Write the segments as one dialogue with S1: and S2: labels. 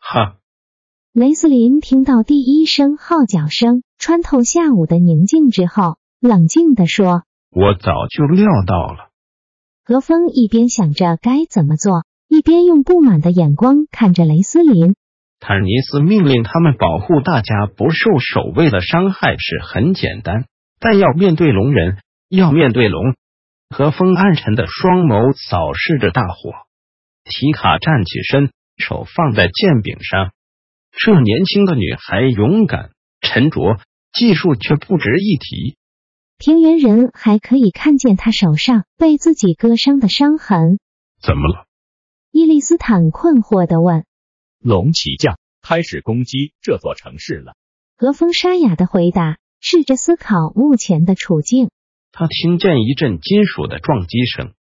S1: 哈，
S2: 雷斯林听到第一声号角声穿透下午的宁静之后，冷静地说
S1: 我早就料到了。：“
S2: 何风一边想着该怎么做，一边用不满的眼光看着雷斯林。
S1: 坦尼斯命令他们保护大家不受守卫的伤害是很简单，但要面对龙人，要面对龙。和风暗沉的双眸扫视着大伙。提卡站起身，手放在剑柄上。这年轻的女孩勇敢、沉着，技术却不值一提。
S2: 平原人还可以看见他手上被自己割伤的伤痕。
S1: 怎么了？
S2: 伊利斯坦困惑地问。
S3: 龙骑将开始攻击这座城市了。
S2: 何风沙哑的回答，试着思考目前的处境。
S1: 他听见一阵金属的撞击声，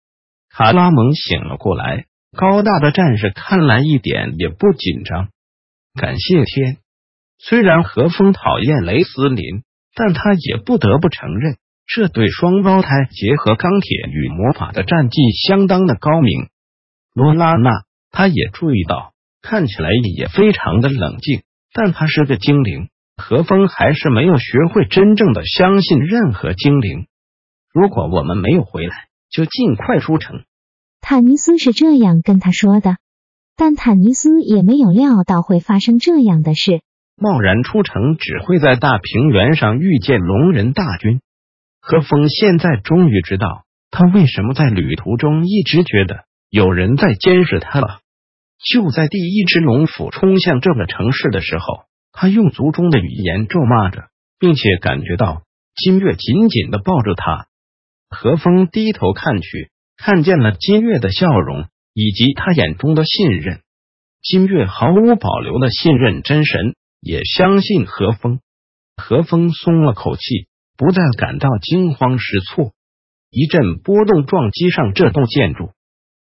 S1: 卡拉蒙醒了过来。高大的战士看来一点也不紧张，感谢天。虽然何风讨厌雷斯林，但他也不得不承认，这对双胞胎结合钢铁与魔法的战绩相当的高明。罗拉娜，他也注意到，看起来也非常的冷静，但他是个精灵。何风还是没有学会真正的相信任何精灵。如果我们没有回来，就尽快出城。
S2: 坦尼斯是这样跟他说的，但坦尼斯也没有料到会发生这样的事。
S1: 贸然出城只会在大平原上遇见龙人大军。何风现在终于知道，他为什么在旅途中一直觉得有人在监视他了。就在第一只龙虎冲向这个城市的时候，他用族中的语言咒骂着，并且感觉到金月紧紧的抱着他。何风低头看去，看见了金月的笑容以及他眼中的信任。金月毫无保留的信任真神，也相信何风。何风松了口气，不再感到惊慌失措。一阵波动撞击上这栋建筑，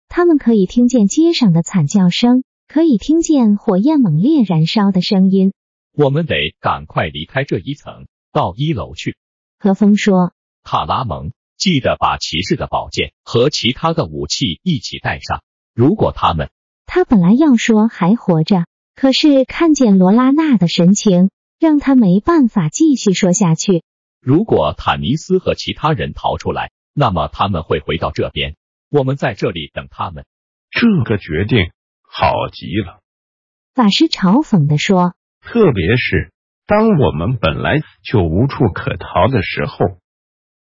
S2: 他们可以听见街上的惨叫声，可以听见火焰猛烈燃烧的声音。
S3: 我们得赶快离开这一层，到一楼去。
S2: 何风说
S3: 卡拉蒙，记得把骑士的宝剑和其他的武器一起带上。如果他们，：“
S2: 他本来要说还活着，可是看见罗拉娜的神情，让他没办法继续说下去。
S3: 如果坦尼斯和其他人逃出来，那么他们会回到这边。我们在这里等他们。
S1: 这个决定好极了。”
S2: 法师嘲讽地说
S1: 特别是当我们本来就无处可逃的时候，：“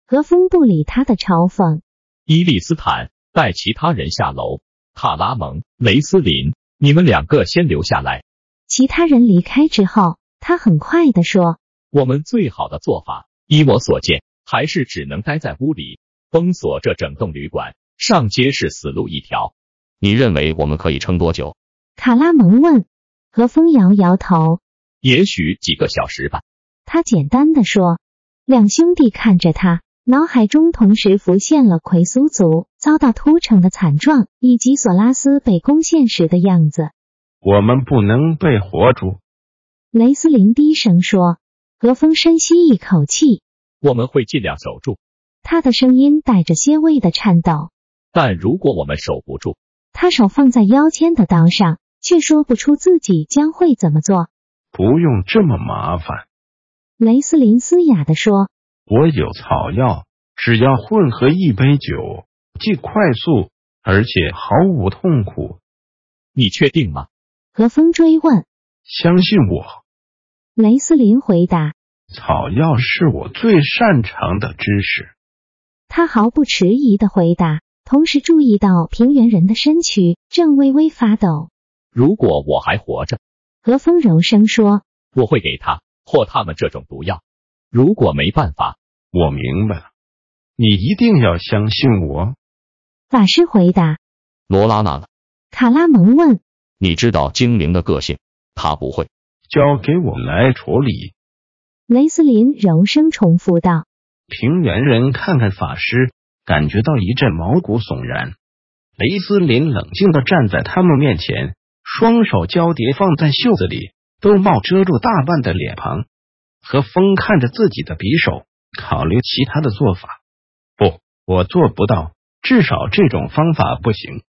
S2: 何风不理他的嘲讽。”
S3: 伊利斯坦带其他人下楼。卡拉蒙、雷斯林，你们两个先留下来。
S2: 其他人离开之后，他很快地说
S3: 我们最好的做法，依我所见，还是只能待在屋里，封锁这整栋旅馆，上街是死路一条。你认为我们可以撑多久？：“
S2: 卡拉蒙问。”何风摇摇头，
S3: 也许几个小时吧。
S2: 他简单地说。两兄弟看着他，脑海中同时浮现了奎苏族遭到屠城的惨状，以及索拉斯被攻陷时的样子。
S1: 我们不能被活捉。
S2: 雷斯林低声说。何风深吸一口气，
S3: 我们会尽量守住，
S2: 他的声音带着些微的颤抖。
S3: 但如果我们守不住，
S2: 他手放在腰间的刀上，却说不出自己将会怎么做。
S1: 不用这么麻烦，
S2: 雷斯林嘶哑地说。
S1: 我有草药，只要混合一杯酒，既快速而且毫无痛苦。
S3: 你确定吗？
S2: 何风追问。
S1: 相信我，
S2: 雷斯林回答，
S1: 草药是我最擅长的知识。
S2: 他毫不迟疑的回答，同时注意到平原人的身躯正微微发抖。
S3: 如果我还活着，
S2: 何风柔声说
S3: 我会给他或他们这种毒药。如果没办法，
S1: 我明白了，你一定要相信我。：“
S2: 法师回答。
S3: 罗拉娜呢？”
S2: 卡拉蒙问
S3: 你知道精灵的个性，他不会。
S1: 交给我来处理。
S2: 雷斯林柔声重复道。
S1: 平原人看看法师，感觉到一阵毛骨悚然。雷斯林冷静的站在他们面前，双手交叠放在袖子里，兜帽遮住大半的脸庞。何风看着自己的匕首，考虑其他的做法。不，我做不到，至少这种方法不行。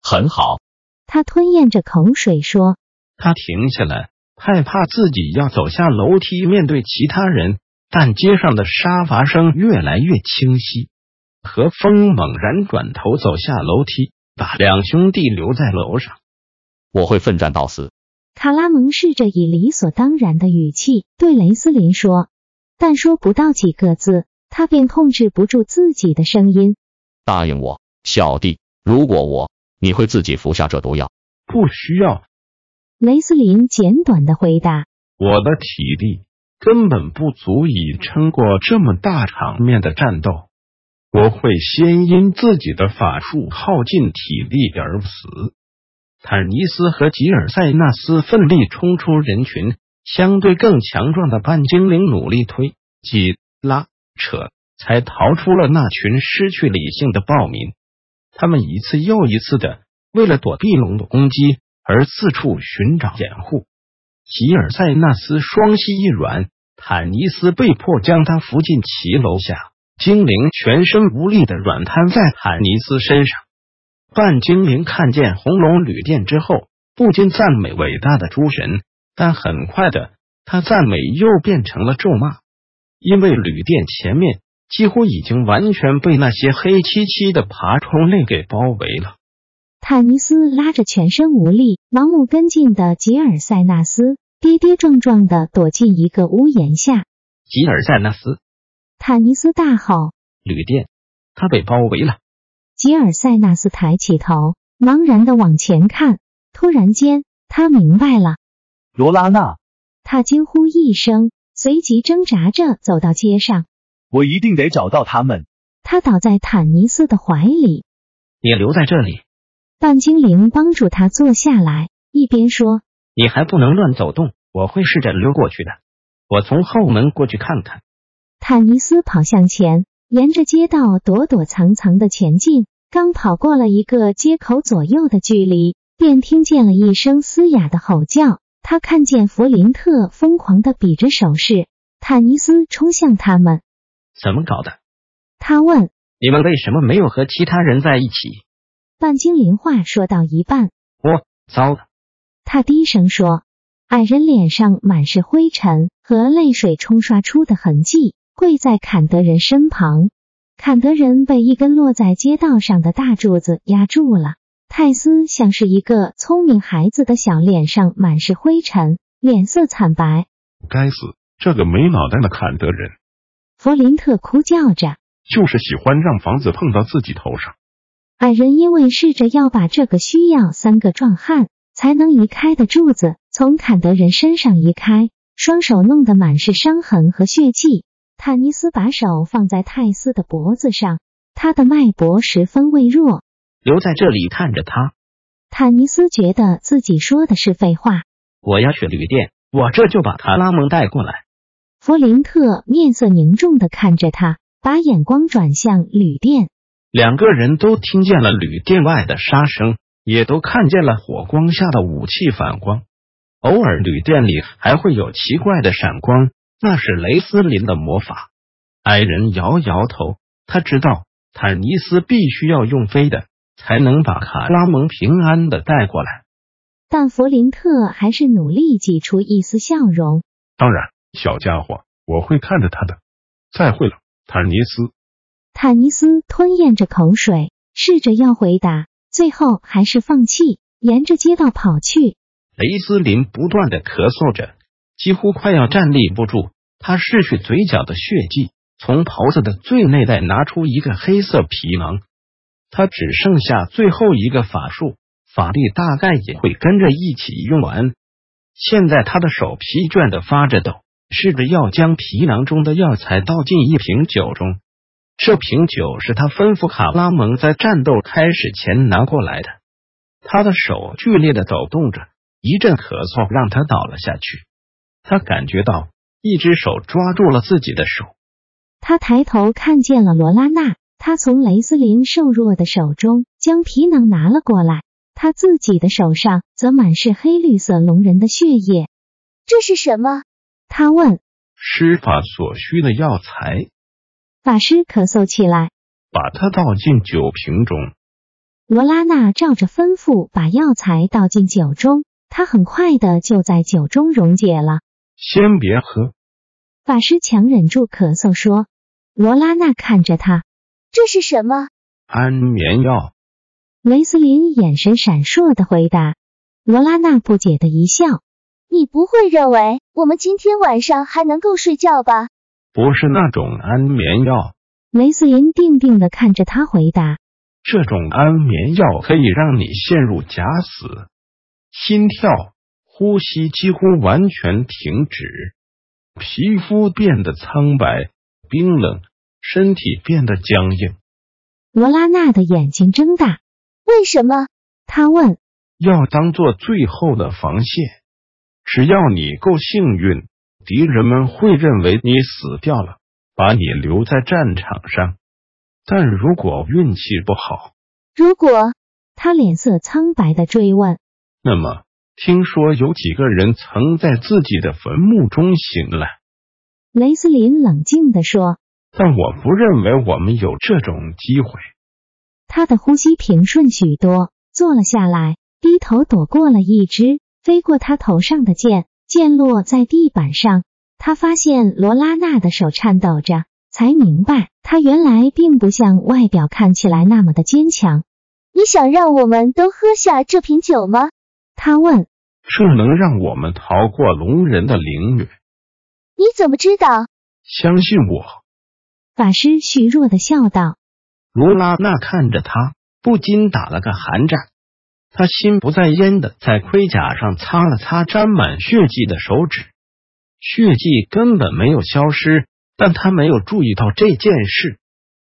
S3: 很好，
S2: 他吞咽着口水说
S1: 他停下来，害怕自己要走下楼梯面对其他人，但街上的沙发声越来越清晰。何风猛然转头走下楼梯，把两兄弟留在楼上。
S3: 我会奋战到死。：“
S2: 卡拉蒙试着以理所当然的语气对雷斯林说，但说不到几个字，他便控制不住自己的声音。
S3: 答应我，小弟，如果我，你会自己服下这毒药。
S1: 不需要，
S2: 雷斯林简短的回答。
S1: 我的体力根本不足以撑过这么大场面的战斗。我会先因自己的法术耗尽体力而死。坦尼斯和吉尔塞纳斯奋力冲出人群，相对更强壮的半精灵努力推挤、拉扯，才逃出了那群失去理性的暴民。他们一次又一次的为了躲避龙的攻击而四处寻找掩护。吉尔塞纳斯双膝一软，坦尼斯被迫将他扶进骑楼下。精灵全身无力的软瘫在坦尼斯身上。半精灵看见红龙旅店之后，不禁赞美伟大的诸神，但很快的，他赞美又变成了咒骂，因为旅店前面几乎已经完全被那些黑漆漆的爬虫类给包围了。
S2: 坦尼斯拉着全身无力、盲目跟进的吉尔塞纳斯，跌跌撞撞的躲进一个屋檐下。
S1: 吉尔塞纳斯
S2: 坦尼斯大吼，
S1: 旅店，他被包围了。
S2: 吉尔塞纳斯抬起头，茫然的往前看。突然间，他明白了，
S3: 罗拉娜，
S2: 他惊呼一声，随即挣扎着走到街上。
S3: 我一定得找到他们。
S2: 他倒在坦尼斯的怀里，
S1: 你留在这里，
S2: 半精灵帮助他坐下来，一边说
S1: 你还不能乱走动，我会试着溜过去的。我从后门过去看看。
S2: 坦尼斯跑向前，沿着街道躲躲藏藏的前进。刚跑过了一个街口左右的距离，便听见了一声嘶哑的吼叫。他看见弗林特疯狂的比着手势，坦尼斯冲向他们。
S1: 怎么搞的？
S2: 他问
S1: 你们为什么没有和其他人在一起？
S2: 半精灵话说到一半，
S1: 糟了，
S2: 他低声说：“矮人脸上满是灰尘和泪水冲刷出的痕迹，跪在坎德人身旁。坎德人被一根落在街道上的大柱子压住了。泰斯像是一个聪明孩子的小脸上满是灰尘，脸色惨白。
S1: 该死！这个没脑袋的坎德人
S2: 弗林特哭叫着。
S1: 就是喜欢让房子碰到自己头上。
S2: 矮人因为试着要把这个需要三个壮汉才能移开的柱子从坎德人身上移开，双手弄得满是伤痕和血迹。坦尼斯把手放在泰斯的脖子上，他的脉搏十分微弱。
S1: 留在这里看着他，
S2: 坦尼斯觉得自己说的是废话。
S1: 我要去旅店，我这就把卡拉蒙带过来。
S2: 弗林特面色凝重的看着他，把眼光转向旅店。
S1: 两个人都听见了旅店外的杀声，也都看见了火光下的武器反光。偶尔旅店里还会有奇怪的闪光，那是雷斯林的魔法。矮人摇摇头，他知道坦尼斯必须要用飞的，才能把卡拉蒙平安的带过来。
S2: 但弗林特还是努力挤出一丝笑容。
S1: 当然，小家伙，我会看着他的。再会了，坦尼斯。
S2: 坦尼斯吞咽着口水，试着要回答，最后还是放弃，沿着街道跑去。
S1: 雷斯林不断的咳嗽着，几乎快要站立不住。他拭去嘴角的血迹，从袍子的最内袋拿出一个黑色皮囊。他只剩下最后一个法术，法力大概也会跟着一起用完。现在他的手疲倦的发着抖，试着要将皮囊中的药材倒进一瓶酒中。这瓶酒是他吩咐卡拉蒙在战斗开始前拿过来的。他的手剧烈的抖动着，一阵咳嗽让他倒了下去。他感觉到一只手抓住了自己的手。
S2: 他抬头看见了罗拉娜，他从雷斯林瘦弱的手中将皮囊拿了过来，他自己的手上则满是黑绿色龙人的血液。
S4: 这是什么？
S2: 他问。
S1: 施法所需的药材，
S2: 法师咳嗽起来，
S1: 把它倒进酒瓶中。
S2: 罗拉娜照着吩咐把药材倒进酒中，它很快的就在酒中溶解了。
S1: 先别喝，
S2: 法师强忍住咳嗽说。罗拉娜看着他，
S4: 这是什么？
S1: 安眠药。
S2: 雷斯林眼神闪烁的回答。罗拉娜不解的一笑。
S4: 你不会认为我们今天晚上还能够睡觉吧？
S1: 不是那种安眠药，
S2: 雷斯林定定的看着他回答。
S1: 这种安眠药可以让你陷入假死，心跳、呼吸几乎完全停止，皮肤变得苍白、冰冷，身体变得僵硬。
S2: 罗拉娜的眼睛睁大，
S4: 为什么？
S2: 她问。
S1: 要当做最后的防线。只要你够幸运，敌人们会认为你死掉了，把你留在战场上。但如果运气不好，
S4: 如果
S2: 他脸色苍白的追问，
S1: 那么听说有几个人曾在自己的坟墓中醒来。
S2: 雷斯林冷静的说。
S1: 但我不认为我们有这种机会。
S2: 他的呼吸平顺许多，坐了下来，低头躲过了一只飞过他头上的箭，箭落在地板上。他发现罗拉娜的手颤抖着。才明白，他原来并不像外表看起来那么的坚强。
S4: 你想让我们都喝下这瓶酒吗？
S2: 他问。
S1: 这能让我们逃过龙人的凌虐。
S4: 你怎么知道？
S1: 相信我，
S2: 法师虚弱的笑道。
S1: 罗拉娜看着他，不禁打了个寒战。他心不在焉的在盔甲上擦了擦沾满血迹的手指，血迹根本没有消失。但他没有注意到这件事，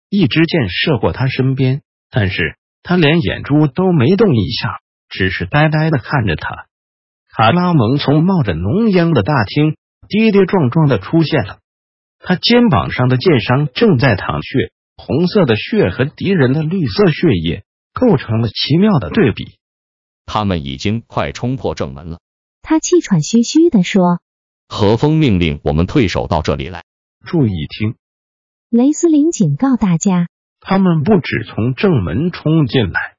S1: 一支箭射过他身边，但是他连眼珠都没动一下，只是呆呆的看着他。卡拉蒙从冒着浓烟的大厅跌跌撞撞的出现了，他肩膀上的箭伤正在淌血，红色的血和敌人的绿色血液构成了奇妙的对比。
S3: 他们已经快冲破正门了，
S2: 他气喘吁吁的说：“
S3: 何风命令我们退守到这里来。”
S1: 注意听，
S2: 雷斯林警告大家：
S1: 他们不止从正门冲进来，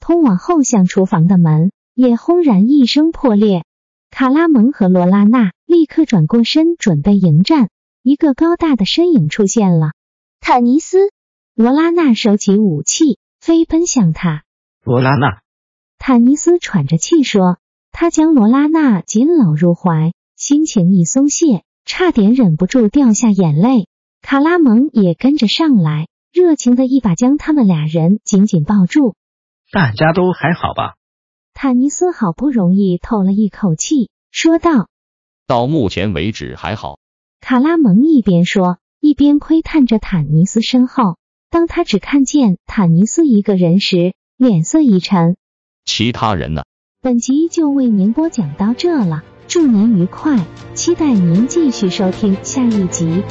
S2: 通往后巷厨房的门也轰然一声破裂。卡拉蒙和罗拉娜立刻转过身，准备迎战。一个高大的身影出现了，
S4: 坦尼斯。
S2: 罗拉娜手起武器，飞奔向他。
S1: 罗拉娜，
S2: 坦尼斯喘着气说：“他将罗拉娜紧搂入怀，心情一松懈。”差点忍不住掉下眼泪，卡拉蒙也跟着上来，热情的一把将他们俩人紧紧抱住。
S1: 大家都还好吧？
S2: 坦尼斯好不容易透了一口气，说道：“
S3: 到目前为止还好。”
S2: 卡拉蒙一边说，一边窥探着坦尼斯身后。当他只看见坦尼斯一个人时，脸色一沉。
S3: 其他人呢？
S2: 本集就为您播讲到这了。祝您愉快，期待您继续收听下一集。